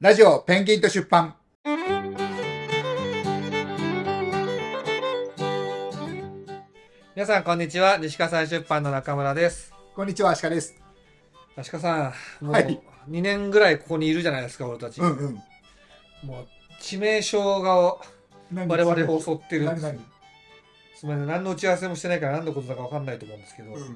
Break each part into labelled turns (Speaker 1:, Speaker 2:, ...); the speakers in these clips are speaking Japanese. Speaker 1: ラジオペンギンと出版。
Speaker 2: 皆さんこんにちは西川さん出版の中村です
Speaker 1: こんにちは、アシカです。
Speaker 2: 西川さんもう
Speaker 1: はい
Speaker 2: 2年ぐらいここにいるじゃないですか俺たち、
Speaker 1: うんうん。
Speaker 2: もう致命傷が
Speaker 1: 何
Speaker 2: 我々を襲ってる
Speaker 1: 何何
Speaker 2: すみません何の打ち合わせもしてないから何のことだか分かんないと思うんですけど、
Speaker 1: う
Speaker 2: も
Speaker 1: ん。
Speaker 2: う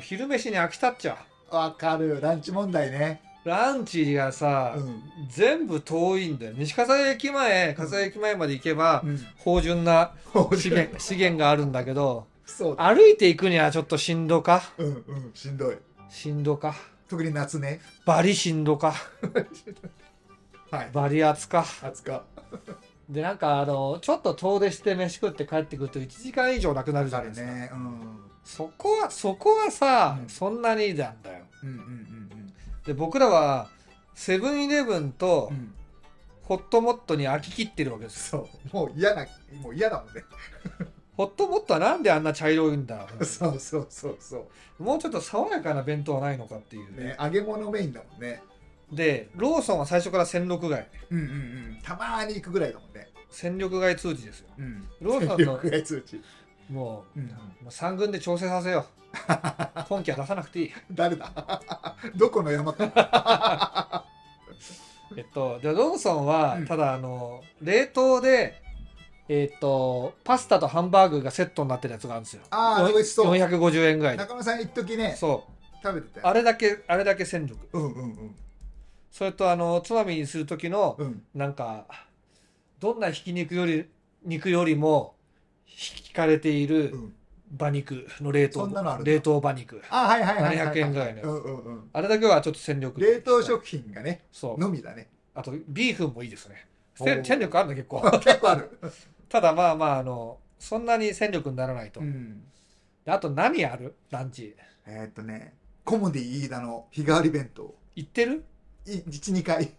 Speaker 2: 昼飯に飽きたっちゃ
Speaker 1: わかるよ、ランチ問題ね。
Speaker 2: うランチがさ、
Speaker 1: うん。
Speaker 2: 全部遠いんだよ西葛西駅前葛西駅前まで行けば、
Speaker 1: うん。
Speaker 2: 芳醇な資
Speaker 1: 面白い
Speaker 2: 源資源があるんだけど
Speaker 1: そう。
Speaker 2: 歩いて行くにはちょっとしんどか
Speaker 1: うんうん、しんどい。
Speaker 2: しんどか
Speaker 1: 特に夏ね。
Speaker 2: バリしんどか
Speaker 1: はい。
Speaker 2: バリ熱か
Speaker 1: 20日。
Speaker 2: でなんかあのちょっと遠出して飯食って帰ってくると1時間以上なくなるじゃないですか、
Speaker 1: ね。うん。
Speaker 2: そこはそこはさ、
Speaker 1: うん
Speaker 2: そんなになんだよ
Speaker 1: うんうん
Speaker 2: で僕らはセブンイレブン
Speaker 1: うん
Speaker 2: と
Speaker 1: うん。うん。
Speaker 2: ホットモットに飽ききってるわけです
Speaker 1: そう。もう嫌な、もう嫌だもんね。
Speaker 2: ホットモットはなんであんな茶色い んだろう
Speaker 1: そうそうそうそ
Speaker 2: もうちょっと爽やかな弁当はないのかっていう
Speaker 1: う。
Speaker 2: ね
Speaker 1: ね、揚げ物メインだもんね。
Speaker 2: でローソンは最初から戦力外
Speaker 1: うんうんうん。たまーに行くぐらいだもんね。
Speaker 2: 戦力外通知ですよ
Speaker 1: うん。
Speaker 2: ローソン
Speaker 1: よ
Speaker 2: の
Speaker 1: くや通知。
Speaker 2: もう、
Speaker 1: うん
Speaker 2: もう三軍で調整させよ う今期は出さなくていい
Speaker 1: 誰だ どこの山か。
Speaker 2: えっと、でローソンは、
Speaker 1: うん
Speaker 2: ただあの冷凍で、えっと、パスタとハンバーグがセットになってるやつがあるんですよ。
Speaker 1: ああ、美味しそう。
Speaker 2: 450円ぐらいで。
Speaker 1: 中村さん一時ね、
Speaker 2: そ
Speaker 1: 食べてた
Speaker 2: う。
Speaker 1: よ
Speaker 2: あれだけ、あれだけ戦力。
Speaker 1: うんうんうん
Speaker 2: それと、あの、つまみにする時の、
Speaker 1: うん
Speaker 2: なんか、どんなひき肉より、肉よりも、引かれている
Speaker 1: うん
Speaker 2: 馬肉の冷凍、
Speaker 1: そんなのあるんだ
Speaker 2: 冷凍馬肉。
Speaker 1: あはいはいはい
Speaker 2: 700円ぐらいのやつ
Speaker 1: うんうんうん
Speaker 2: あれだけはちょっと戦力。
Speaker 1: 冷凍食品がね
Speaker 2: そう。
Speaker 1: のみだね
Speaker 2: あと、ビーフンもいいですね。
Speaker 1: お
Speaker 2: 戦
Speaker 1: ー
Speaker 2: 戦力あるの結構。
Speaker 1: 結構ある
Speaker 2: ただまあまあ、あの、そんなに戦力にならないと。
Speaker 1: うん
Speaker 2: であと何あるランチ。
Speaker 1: えーっとねコモディ飯田の日替わり弁当
Speaker 2: 行ってる
Speaker 1: 12回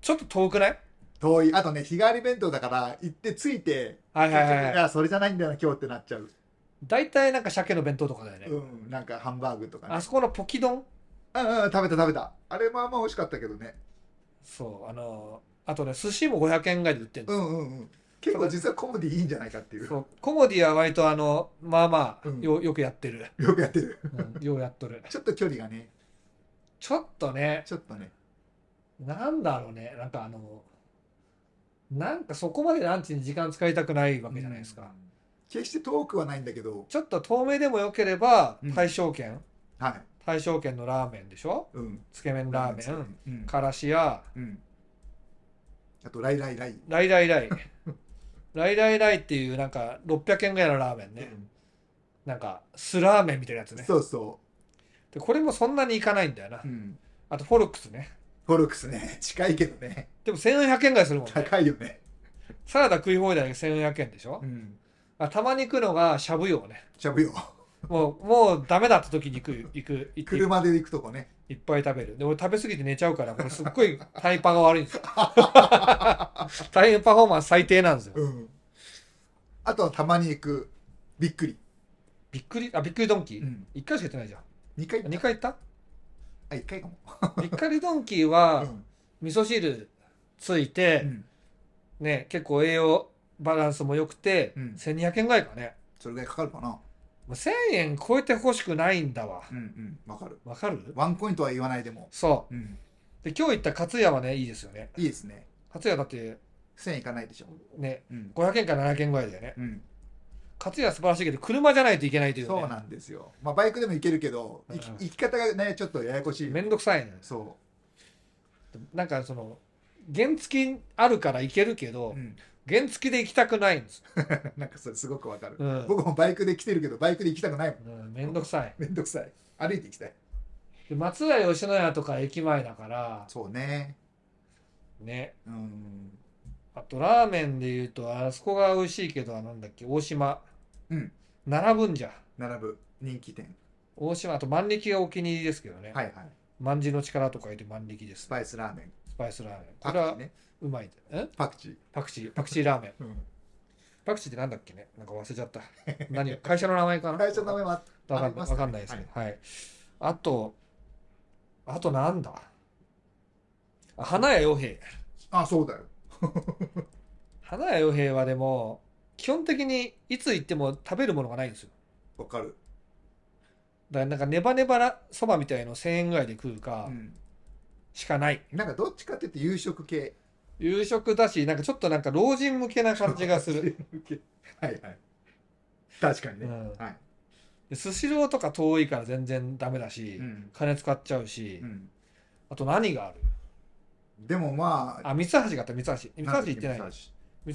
Speaker 2: ちょっと遠くない
Speaker 1: 遠いあとね日替わり弁当だから行ってついて
Speaker 2: はい
Speaker 1: い
Speaker 2: はいはいはい。
Speaker 1: やそれじゃないんだよな今日ってなっちゃう
Speaker 2: 大体なんか鮭の弁当とかだよね。
Speaker 1: うんなんかハンバーグとか
Speaker 2: あ
Speaker 1: ね
Speaker 2: そこのポキ丼
Speaker 1: うんうん食べた食べたあれまあまあ美味しかったけどね
Speaker 2: そう、あのーあとね、寿司も500円ぐらいで売ってるん
Speaker 1: う
Speaker 2: ですよ
Speaker 1: んうんうん結構実はコモディいいんじゃないかっていう
Speaker 2: そうコモディは割とあの、まあまあ
Speaker 1: うん、
Speaker 2: よよくやってる。
Speaker 1: よくやってる
Speaker 2: うん、 ようやっとる。
Speaker 1: ちょっと距離がね
Speaker 2: ちょっとね、
Speaker 1: ちょっとね
Speaker 2: なんだろうね、なんかあの、なんかそこまでランチに時間使いたくないわけじゃないですか。
Speaker 1: 決して遠くはないんだけど
Speaker 2: ちょっと透明でもよければ
Speaker 1: うん、
Speaker 2: 大正軒、
Speaker 1: はい
Speaker 2: 大正軒のラーメンでしょ
Speaker 1: うん
Speaker 2: つけ麺ラーメン、
Speaker 1: うん
Speaker 2: からしや、
Speaker 1: うんあとライライライ
Speaker 2: ライライライ。 ライライライっていうなんか600円ぐらいのラーメンね。なんか酢ラーメンみたいなやつね。
Speaker 1: そうそ
Speaker 2: で、これもそんなにいかないんだよな
Speaker 1: うう。ん
Speaker 2: あとフォルクスね。
Speaker 1: フォルクスね近いけどね
Speaker 2: でも1400円ぐらいするもんね。
Speaker 1: 高いよね
Speaker 2: サラダ食い放題が1400円でしょ、
Speaker 1: うん
Speaker 2: あたまに行くのがしゃぶ用ね。
Speaker 1: しゃぶよ
Speaker 2: もう、もうダメだった時に行く、行く、行って
Speaker 1: 車で行くとこね
Speaker 2: いっぱい食べる。で、俺食べ過ぎて寝ちゃうから、これすっごいタイパが悪いんです よ。タイムパフォーマンス最低なんですよ。
Speaker 1: うんあとはたまに行くびっくり
Speaker 2: びっくり、あ、びっくりドンキー。
Speaker 1: ん
Speaker 2: 1回しか行ってないじゃん。
Speaker 1: 2回
Speaker 2: 2回行 った
Speaker 1: あ1回かも
Speaker 2: びっくりドンキーは、
Speaker 1: うん
Speaker 2: 味噌汁ついうて、
Speaker 1: ん
Speaker 2: ね結構栄養バランスも良くて、
Speaker 1: うん
Speaker 2: 1200円ぐらいかね
Speaker 1: それぐらいかかるかな
Speaker 2: もう1000円超えてほしくないんだわ
Speaker 1: うんうんわかる
Speaker 2: わかる
Speaker 1: ワンコインとは言わないでも
Speaker 2: そ
Speaker 1: うん
Speaker 2: うで今日行った勝屋はねいいですよね
Speaker 1: いいですね
Speaker 2: 勝屋だって
Speaker 1: 1000いかないでしょ
Speaker 2: ね
Speaker 1: うん
Speaker 2: 500円から700円ぐらいだよね
Speaker 1: うん
Speaker 2: 勝屋は素晴らしいけど車じゃないといけないという、ね、
Speaker 1: そうなんですよ。まあ、バイクでも行けるけど、行き
Speaker 2: うん
Speaker 1: 行き方がね、ちょっとややこしい。
Speaker 2: めんどくさいね
Speaker 1: そ
Speaker 2: なんかその原付きあるから行けるけ
Speaker 1: う。
Speaker 2: ど
Speaker 1: うん、
Speaker 2: 原付きで行きたくないんです、
Speaker 1: なんかそれすごくわかる。
Speaker 2: うん
Speaker 1: 僕もバイクで来てるけど、バイクで行きたくないもん。
Speaker 2: うん、めんどくさい
Speaker 1: めんどくさい。歩いて行きたい。
Speaker 2: で松屋吉野家とか駅前だから
Speaker 1: そうね。
Speaker 2: ね
Speaker 1: うん。
Speaker 2: あとラーメンで言うと、あそこが美味しいけど、なんだっけ、大島。
Speaker 1: うん。
Speaker 2: 並ぶんじゃ。
Speaker 1: 並ぶ人気店。
Speaker 2: 大島、あと万力がお気に入りですけどね。
Speaker 1: はいはい。
Speaker 2: 万事の力と書いて万力で
Speaker 1: ス
Speaker 2: す。
Speaker 1: パイスラーメン。
Speaker 2: スパイスラーメン。こ
Speaker 1: パ
Speaker 2: れ
Speaker 1: クチー
Speaker 2: は
Speaker 1: ね。
Speaker 2: うまい。え
Speaker 1: パクチー。
Speaker 2: パクチー、パクチーラーメ
Speaker 1: う
Speaker 2: ン。
Speaker 1: ん、
Speaker 2: パクチーってなんだっけねなんか忘れちゃった。 何会社の名前かな
Speaker 1: 会社の名前は、
Speaker 2: わかん
Speaker 1: ありま
Speaker 2: わ
Speaker 1: すかね
Speaker 2: かんないですね。はい。あと、あとなんだあ花屋洋平。
Speaker 1: あそうだよ
Speaker 2: 花屋洋平はでも、基本的にいつ行っても食べるものがないんですよ。
Speaker 1: わかる、
Speaker 2: だからなんかネバネバなそばみたいの1000円ぐらいで食うか
Speaker 1: うん
Speaker 2: しかない。
Speaker 1: なんかどっちかって言って夕食系
Speaker 2: 夕食だし、なんかちょっとなんか老人向けな感じがする。
Speaker 1: はいはい確かに
Speaker 2: う
Speaker 1: ね、
Speaker 2: ん
Speaker 1: はい、
Speaker 2: でスシローとか遠いから全然ダメだし、
Speaker 1: うん
Speaker 2: 金使っちゃうし、
Speaker 1: うん、
Speaker 2: あと何がある
Speaker 1: でもまあ
Speaker 2: あ、三橋があった、三橋。三橋行ってない。
Speaker 1: んだっ
Speaker 2: 三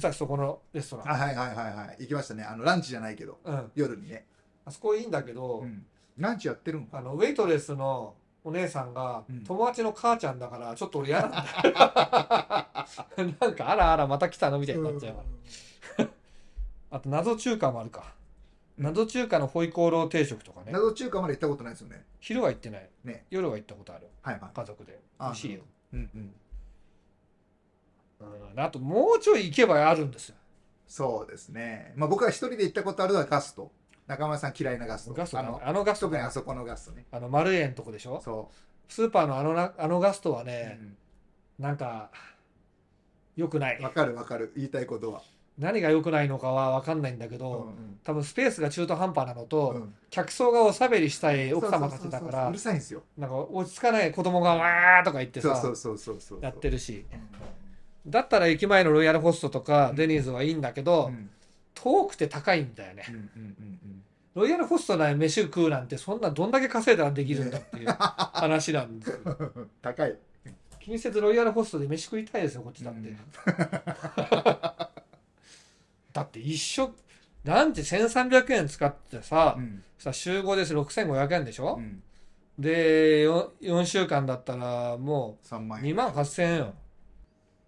Speaker 1: け
Speaker 2: 橋そこのレスト
Speaker 1: あ
Speaker 2: ラン。
Speaker 1: はいはいはいはい行きましたねあのランチじゃないけど
Speaker 2: うん。
Speaker 1: 夜にね、
Speaker 2: あそこいいんだけど、
Speaker 1: うん、ランチやってるん
Speaker 2: あの、ウェイトレスのお姉さんが
Speaker 1: うん、
Speaker 2: 友達の母ちゃんだから、ちょっと俺嫌 なんだ。なんか、あらあら、また来たのみたいになっちゃうから。あと、謎中華もあるか。
Speaker 1: うん
Speaker 2: 謎中華のホイコーロー定食とかね。
Speaker 1: 謎中華まで行ったことないですよね
Speaker 2: 昼は行ってない。
Speaker 1: ね
Speaker 2: 夜は行ったことある。
Speaker 1: はいはい
Speaker 2: 家族で。美
Speaker 1: あ
Speaker 2: 味しいよ。
Speaker 1: うんうん
Speaker 2: うん、あと、もうちょい行けばあるんですよ。
Speaker 1: そうですねまあ僕は一人で行ったことあるのはガスト中村さん嫌いなガスト
Speaker 2: ガスト
Speaker 1: あ
Speaker 2: あ
Speaker 1: の
Speaker 2: のあのガスト
Speaker 1: 特にあ
Speaker 2: が
Speaker 1: そこのガストね
Speaker 2: あの丸園のとこでしょ
Speaker 1: そ
Speaker 2: スーパーのあのなあのガスト
Speaker 1: う
Speaker 2: はね、
Speaker 1: うん
Speaker 2: なんか良くない
Speaker 1: わ、かるわかる言いたいことは
Speaker 2: 何が良くないのかは分かんないんだけ
Speaker 1: う
Speaker 2: ど、
Speaker 1: ん
Speaker 2: 多分スペースが中途半端なの
Speaker 1: う
Speaker 2: と、
Speaker 1: ん
Speaker 2: 客層がおしゃべりしたい
Speaker 1: そう
Speaker 2: 奥
Speaker 1: そうそう
Speaker 2: 様たちだ
Speaker 1: そ
Speaker 2: か
Speaker 1: うそうそうう
Speaker 2: ら
Speaker 1: るさいんですよ
Speaker 2: なんか落ち着かない子供がわーとか言って
Speaker 1: そ
Speaker 2: さ
Speaker 1: うそうそうそうそう
Speaker 2: やって
Speaker 1: る
Speaker 2: るしだったら駅前のロイヤルホストとかデニーズはいいんだけど、
Speaker 1: うん
Speaker 2: 遠くて高いんだよね
Speaker 1: うんうんうん
Speaker 2: ロイヤルホストで飯食うなんてそんなどんだけ稼いだらできるんだって いう話なんですよ
Speaker 1: うん 高い
Speaker 2: 気にせずロイヤルホストで飯食いたいですよこっちだって、
Speaker 1: うん
Speaker 2: だって一食ランチ1300円使ってさ、
Speaker 1: うん
Speaker 2: さ週5です6500円でしょ
Speaker 1: う、ん
Speaker 2: で 4, 4週間だったらも
Speaker 1: 3
Speaker 2: う
Speaker 1: 万円
Speaker 2: 2万8000円よ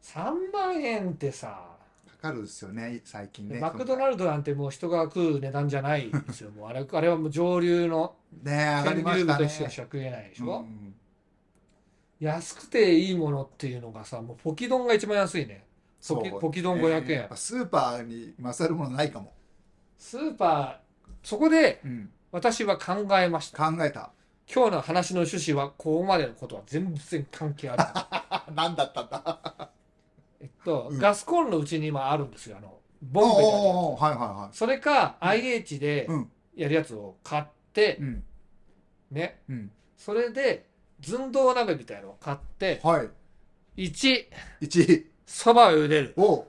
Speaker 2: 3万円ってさ、
Speaker 1: かかるですよね最近ね
Speaker 2: マクドナルドなんてもう人が食う値段じゃないですよもうあれあれはもう上流の
Speaker 1: ね上がりま
Speaker 2: 流
Speaker 1: した
Speaker 2: 部と
Speaker 1: ね
Speaker 2: しては食えないでしょ、
Speaker 1: うん
Speaker 2: 安くていいものっていうのがさもうポキ丼が一番安いね
Speaker 1: そう
Speaker 2: ポキポキ丼500円
Speaker 1: えーやっぱスーパーに勝るものないかも、
Speaker 2: スーパーそこで私は考えました
Speaker 1: 考えた
Speaker 2: 今日の話の趣旨はここまでのことは全然関係あ る
Speaker 1: 何だったんだ
Speaker 2: えっと、
Speaker 1: うん
Speaker 2: ガスコンロうちに今あるんですよあ
Speaker 1: お
Speaker 2: の
Speaker 1: ー
Speaker 2: ボンベがあるや
Speaker 1: おーおーはいはいは
Speaker 2: つそれか
Speaker 1: うん
Speaker 2: IH で
Speaker 1: いうん
Speaker 2: やるやつを買って
Speaker 1: う、ん
Speaker 2: ね
Speaker 1: うん
Speaker 2: それで寸胴鍋みたいのを買って
Speaker 1: はい
Speaker 2: 1
Speaker 1: 1位
Speaker 2: そばを茹でる
Speaker 1: を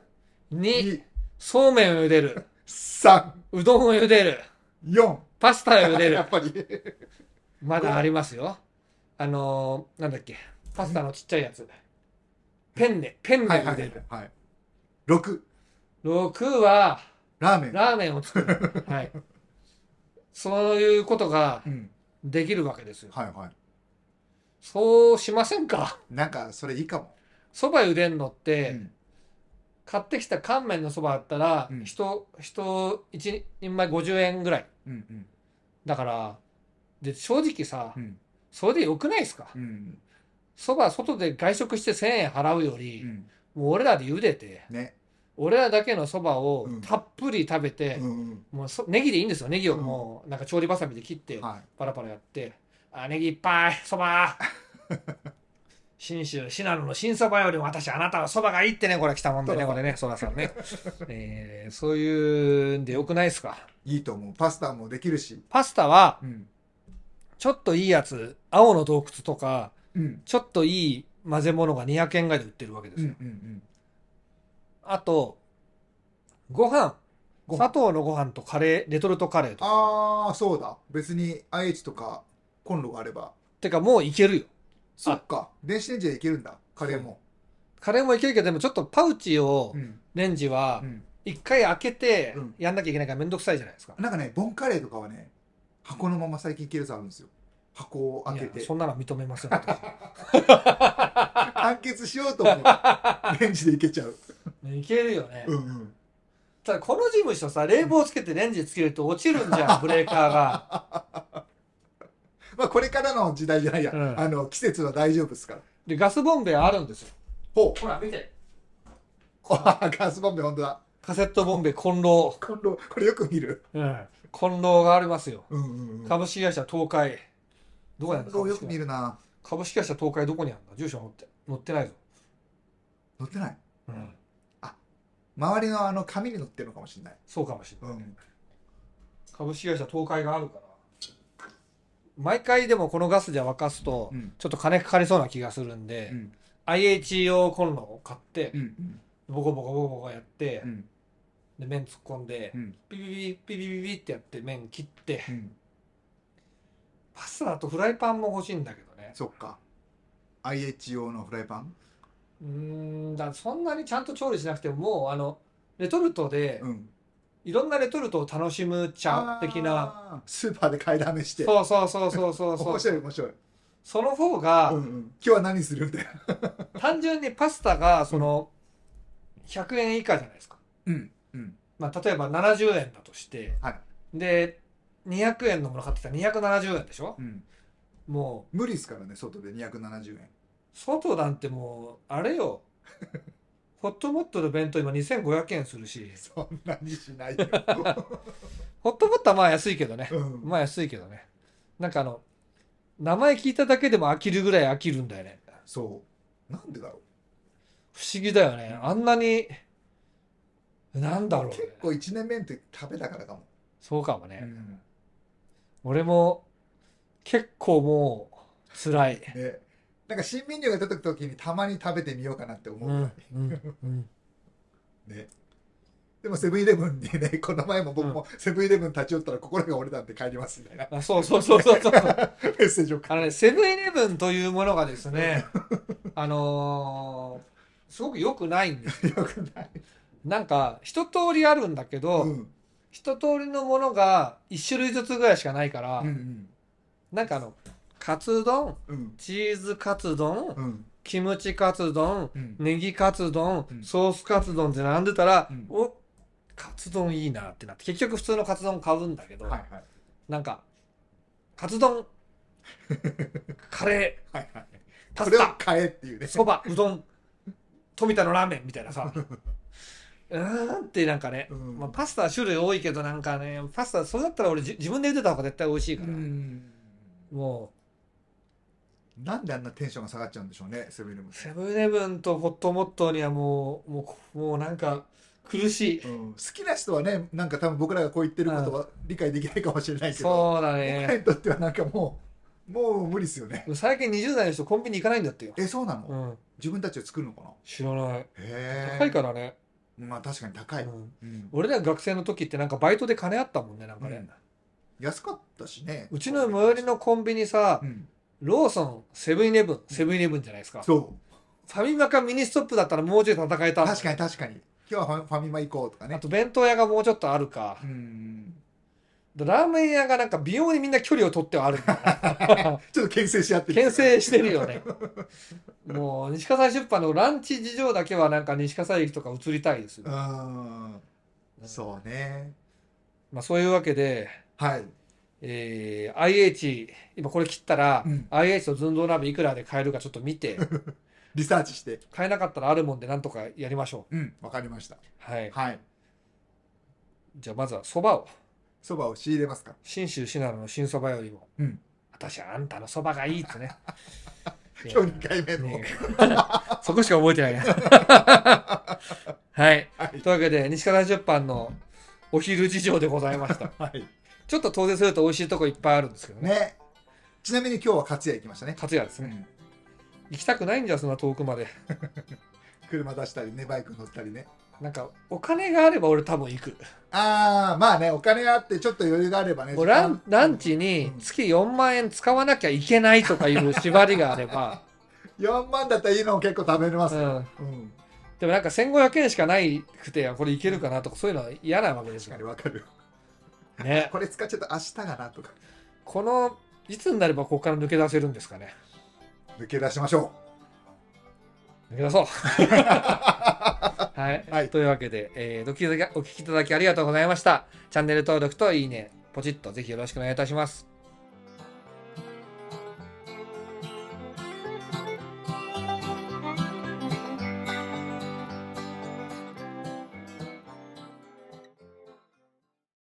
Speaker 2: 2
Speaker 1: 2
Speaker 2: そうめんを茹でる
Speaker 1: 3
Speaker 2: うどんを茹でる
Speaker 1: 4
Speaker 2: パスタを茹で
Speaker 1: や
Speaker 2: る
Speaker 1: っぱり
Speaker 2: まだありますよ。あのー、なんだっけ、パスタのちっちゃいやつ。ペンネ、ペンネ
Speaker 1: はいは
Speaker 2: 茹で
Speaker 1: い
Speaker 2: る。
Speaker 1: はい6
Speaker 2: 6は、
Speaker 1: ラーメン
Speaker 2: ラーメンを作る。はい。そういうことが
Speaker 1: うん
Speaker 2: できるわけですよ。
Speaker 1: はいはい
Speaker 2: そうしませんか
Speaker 1: なんかそれいいかも
Speaker 2: そば茹でんのっ
Speaker 1: う
Speaker 2: て、
Speaker 1: ん
Speaker 2: 買ってきた乾麺のそばだったら、
Speaker 1: うん
Speaker 2: 人、人、一人前50円ぐらい。
Speaker 1: うんうん
Speaker 2: だから、で、正直さ
Speaker 1: う、ん
Speaker 2: それでよくないですか
Speaker 1: うん
Speaker 2: そば外で外食して1000円払うよ
Speaker 1: う
Speaker 2: り、
Speaker 1: ん
Speaker 2: もう俺らで茹でて、
Speaker 1: ね
Speaker 2: 俺らだけのそばを
Speaker 1: うん
Speaker 2: たっぷり食べて
Speaker 1: う、ん
Speaker 2: もうそネギでいいんですよネギを
Speaker 1: うん
Speaker 2: もうなんか調理ばさみで切って
Speaker 1: は
Speaker 2: パラパラやって「あネギいっぱいそば! 」信州信濃の新そばよりも私あなたはそばがいいってねこれ来たもんでねこれねそらさんね、 えーそういうんでよくないですか
Speaker 1: いいいと思うパスタもできるし
Speaker 2: パスタは
Speaker 1: うん
Speaker 2: ちょっといいやつ青の洞窟とか
Speaker 1: うん
Speaker 2: ちょっといい混ぜ物が200円ぐらいで売ってるわけで
Speaker 1: う
Speaker 2: す
Speaker 1: んう
Speaker 2: よ、
Speaker 1: ん
Speaker 2: あとご飯
Speaker 1: ご飯
Speaker 2: 砂糖のご飯とカレーレトルトカレーとか
Speaker 1: ああそうだ別に IH とかコンロがあれば
Speaker 2: てかもういけるよ
Speaker 1: そっか電子レンジでいけるんだカレーも
Speaker 2: カレーもいけるけどでもちょっとパウチを
Speaker 1: うん
Speaker 2: レンジは
Speaker 1: うん
Speaker 2: 一回開けて
Speaker 1: うん
Speaker 2: やんなきゃいけないからめんどくさいじゃないですか、
Speaker 1: なんかねボンカレーとかはね箱のまま最近いけるやつあるんですよ箱を開け
Speaker 2: い
Speaker 1: て
Speaker 2: やそんなの認めません私
Speaker 1: 完結しようと思うレンジで いけ ちゃう
Speaker 2: いけるよね、
Speaker 1: うんうん
Speaker 2: ただこの事務所さ冷房つけてレンジつけると落ちるん じゃんブレーカーが
Speaker 1: まあこれからの時代じゃないや、
Speaker 2: うん
Speaker 1: あの季節は大丈夫ですから
Speaker 2: でガスボンベあるんですよ
Speaker 1: ほ
Speaker 2: ほら見て
Speaker 1: うあ ガスボンベ本当だ
Speaker 2: カセットボンベ混浪、
Speaker 1: コンロこれよく見る
Speaker 2: うん、混浪がありますよ
Speaker 1: うんうんうん
Speaker 2: 株式会社東海どこにあるんだ
Speaker 1: コンロ
Speaker 2: 株
Speaker 1: よ
Speaker 2: 式
Speaker 1: く
Speaker 2: 会
Speaker 1: 見
Speaker 2: 社
Speaker 1: るな
Speaker 2: 株式会社東海どこにあるんだ住所載って載ってないぞ
Speaker 1: 乗ってない
Speaker 2: うん、
Speaker 1: 周りのあの紙に乗ってるのかもしれない
Speaker 2: そうかもしれない、
Speaker 1: うん
Speaker 2: 株式会社東海があるから毎回でもこのガスじゃ沸かすと、
Speaker 1: うん
Speaker 2: ちょっと金かかりそうな気がするんで、
Speaker 1: うん
Speaker 2: IH 用コンロを買って、
Speaker 1: うんうん
Speaker 2: ボコボコボコボコやって、
Speaker 1: うん
Speaker 2: で麺突っ込んで、
Speaker 1: うん
Speaker 2: ピピピピピピピってやって麺切って
Speaker 1: うん
Speaker 2: パスタとフライパンも欲しいんだけどね
Speaker 1: そっか IH 用のフライパン
Speaker 2: うーんだからそんなにちゃんと調理しなくてももうあのレトルトで、
Speaker 1: うん
Speaker 2: いろんなレトルトを楽しむ茶的な
Speaker 1: あースーパーで買いだめして
Speaker 2: そうそうそうそうそうそ
Speaker 1: 面
Speaker 2: う
Speaker 1: 白い面白い
Speaker 2: その方が、
Speaker 1: うんうん今日は何するみたいな
Speaker 2: 単純にパスタがその100円以下じゃないですか、
Speaker 1: うんうん
Speaker 2: まあ、例えば70円だとして、
Speaker 1: はい
Speaker 2: で200円のもの買ってたら270円でしょ
Speaker 1: うん
Speaker 2: もう
Speaker 1: 無理ですからね外で270円
Speaker 2: 外なんてもうあれよ ホットモットの弁当今2500円するし
Speaker 1: そんなにしない よ、
Speaker 2: ホットモットはまあ安いけどね
Speaker 1: うん
Speaker 2: まあ安いけどねなんかあの名前聞いただけでも飽きるぐらい飽きるんだよね
Speaker 1: そうなんでだろ
Speaker 2: 不思議だよねあんなになんだろう
Speaker 1: う
Speaker 2: ね
Speaker 1: 結構1年目って食べたからかも、
Speaker 2: そうかも
Speaker 1: う
Speaker 2: ね、
Speaker 1: ん、
Speaker 2: 俺も結構もう辛い、
Speaker 1: でなんか新メニューが出てく時にたまに食べてみようかなって思
Speaker 2: う
Speaker 1: う、
Speaker 2: んうんうん、
Speaker 1: ねでもセブンイレブンにね この前も僕もセブンイレブン立ち寄ったら心が折れたんで帰りますみたいな
Speaker 2: あそうそうそうそうそう
Speaker 1: メッセージを
Speaker 2: あのねセブンイレブンというものがで すねあのーすごく良くないんです
Speaker 1: よくない、
Speaker 2: なんか一通りあるんだけど、
Speaker 1: うん
Speaker 2: 一通りのものが一種類ずつぐらいしかないから、
Speaker 1: うん
Speaker 2: なんかあのカツ丼
Speaker 1: うん
Speaker 2: チーズカツ丼、
Speaker 1: うん
Speaker 2: キムチカツ丼
Speaker 1: うん
Speaker 2: ネギカツ丼、
Speaker 1: うん
Speaker 2: ソースカツ丼って並んでたら、
Speaker 1: うん
Speaker 2: おカツ丼いいなってなって結局普通のカツ丼買うんだけど、
Speaker 1: はいはい
Speaker 2: なんかカツ丼カレー
Speaker 1: はいはい
Speaker 2: パ
Speaker 1: これ
Speaker 2: ス
Speaker 1: を
Speaker 2: タ
Speaker 1: 買えっていうね
Speaker 2: そばうどん富田のラーメンみたいなさ うーんってなんかね、
Speaker 1: うん
Speaker 2: まあ、パスタは種類多いけどなんかねパスタそれだったら俺じ自分で茹でた方が絶対美味しいから、
Speaker 1: うん
Speaker 2: も
Speaker 1: なんであんなテンションが下がっちゃうんでしょうねセブンイレブン
Speaker 2: うセブンイレブンとホットモットーにはもうもうもうなんか苦しい
Speaker 1: うん、好きな人はねなんか多分僕らがこう言ってることは理解できないかもしれないけど
Speaker 2: そうだ
Speaker 1: 僕ら
Speaker 2: ね
Speaker 1: にとってはなんかもうもう無理ですよね
Speaker 2: 最近20代の人コンビニ行かないんだってよ、
Speaker 1: えそうなの、
Speaker 2: うん、
Speaker 1: 自分たちで作るのかな
Speaker 2: 知らない
Speaker 1: へえ
Speaker 2: 高いからね、
Speaker 1: まあ確かに高い、
Speaker 2: うん、
Speaker 1: うん
Speaker 2: 俺ら学生の時ってなんかバイトで金あったもんねなんかね、
Speaker 1: 安かったしね
Speaker 2: うちの最寄りのコンビニさ、
Speaker 1: うん
Speaker 2: ローソンセブンイレブンセブンイレブンじゃないですか、
Speaker 1: そう
Speaker 2: ファミマかミニストップだったらもうちょい戦えた
Speaker 1: 確かに確かに今日はファファミマ行こうとか
Speaker 2: あ
Speaker 1: ね
Speaker 2: と弁当屋がもうちょっとあるか
Speaker 1: う、ん
Speaker 2: ラーメン屋がなんか微妙にみんな距離を取ってはあるん だ
Speaker 1: ちょっと牽制し合ってる
Speaker 2: 牽制してるよねもう西葛西出版のランチ事情だけはなんか西葛西駅とか移りたいですよ
Speaker 1: う、んそうね
Speaker 2: まあ、そういうわけで、
Speaker 1: はい、
Speaker 2: えー IH 今これ切ったら、
Speaker 1: うん
Speaker 2: IH と寸胴鍋いくらで買えるかちょっと見て
Speaker 1: リサーチして
Speaker 2: 買えなかったらあるもんでなんとかやりましょ
Speaker 1: うんわかりました
Speaker 2: うはい
Speaker 1: はい
Speaker 2: じゃあまずはそばを
Speaker 1: そばを仕入れますか
Speaker 2: 信州信濃の新そばよりも、
Speaker 1: うん
Speaker 2: 私はあんたのそばがいいっ てね
Speaker 1: 今日2回目の、
Speaker 2: ね そこしか覚えてないなはい、
Speaker 1: はい
Speaker 2: というわけで西川出版のお昼事情でございました
Speaker 1: はい
Speaker 2: ちょっと遠出すると美味しいとこいっぱいあるんですけどね
Speaker 1: ねちなみに今日は勝谷行きましたね、
Speaker 2: 勝也です
Speaker 1: う
Speaker 2: ね
Speaker 1: ん、
Speaker 2: 行きたくないんじゃそんな遠くまで
Speaker 1: 車出したりねバイク乗ったりね
Speaker 2: なんかお金があれば俺多分行く
Speaker 1: ああまあねお金あってちょっと余裕があればね
Speaker 2: もうラン
Speaker 1: 時間
Speaker 2: ランチに月4万円使わなきゃいけないとかいう縛りがあ れば、
Speaker 1: 4万だったらいいのを結構食べれます
Speaker 2: う
Speaker 1: よ、
Speaker 2: ん、
Speaker 1: うん、
Speaker 2: でもなんか1500円しかないくてこれいけるかなとかそういうのは嫌なわけです
Speaker 1: 確
Speaker 2: よ
Speaker 1: かにわかる
Speaker 2: ね
Speaker 1: これ使っちゃうと明日がなとか
Speaker 2: このいつになればここから抜け出せるんですかね
Speaker 1: 抜け出しましょ
Speaker 2: 抜け出そうはい、
Speaker 1: はい
Speaker 2: というわけで、えー、お聞きいただきお聞きいただきありがとうございましたチャンネル登録といいねポチッとぜひよろしくお願いいたします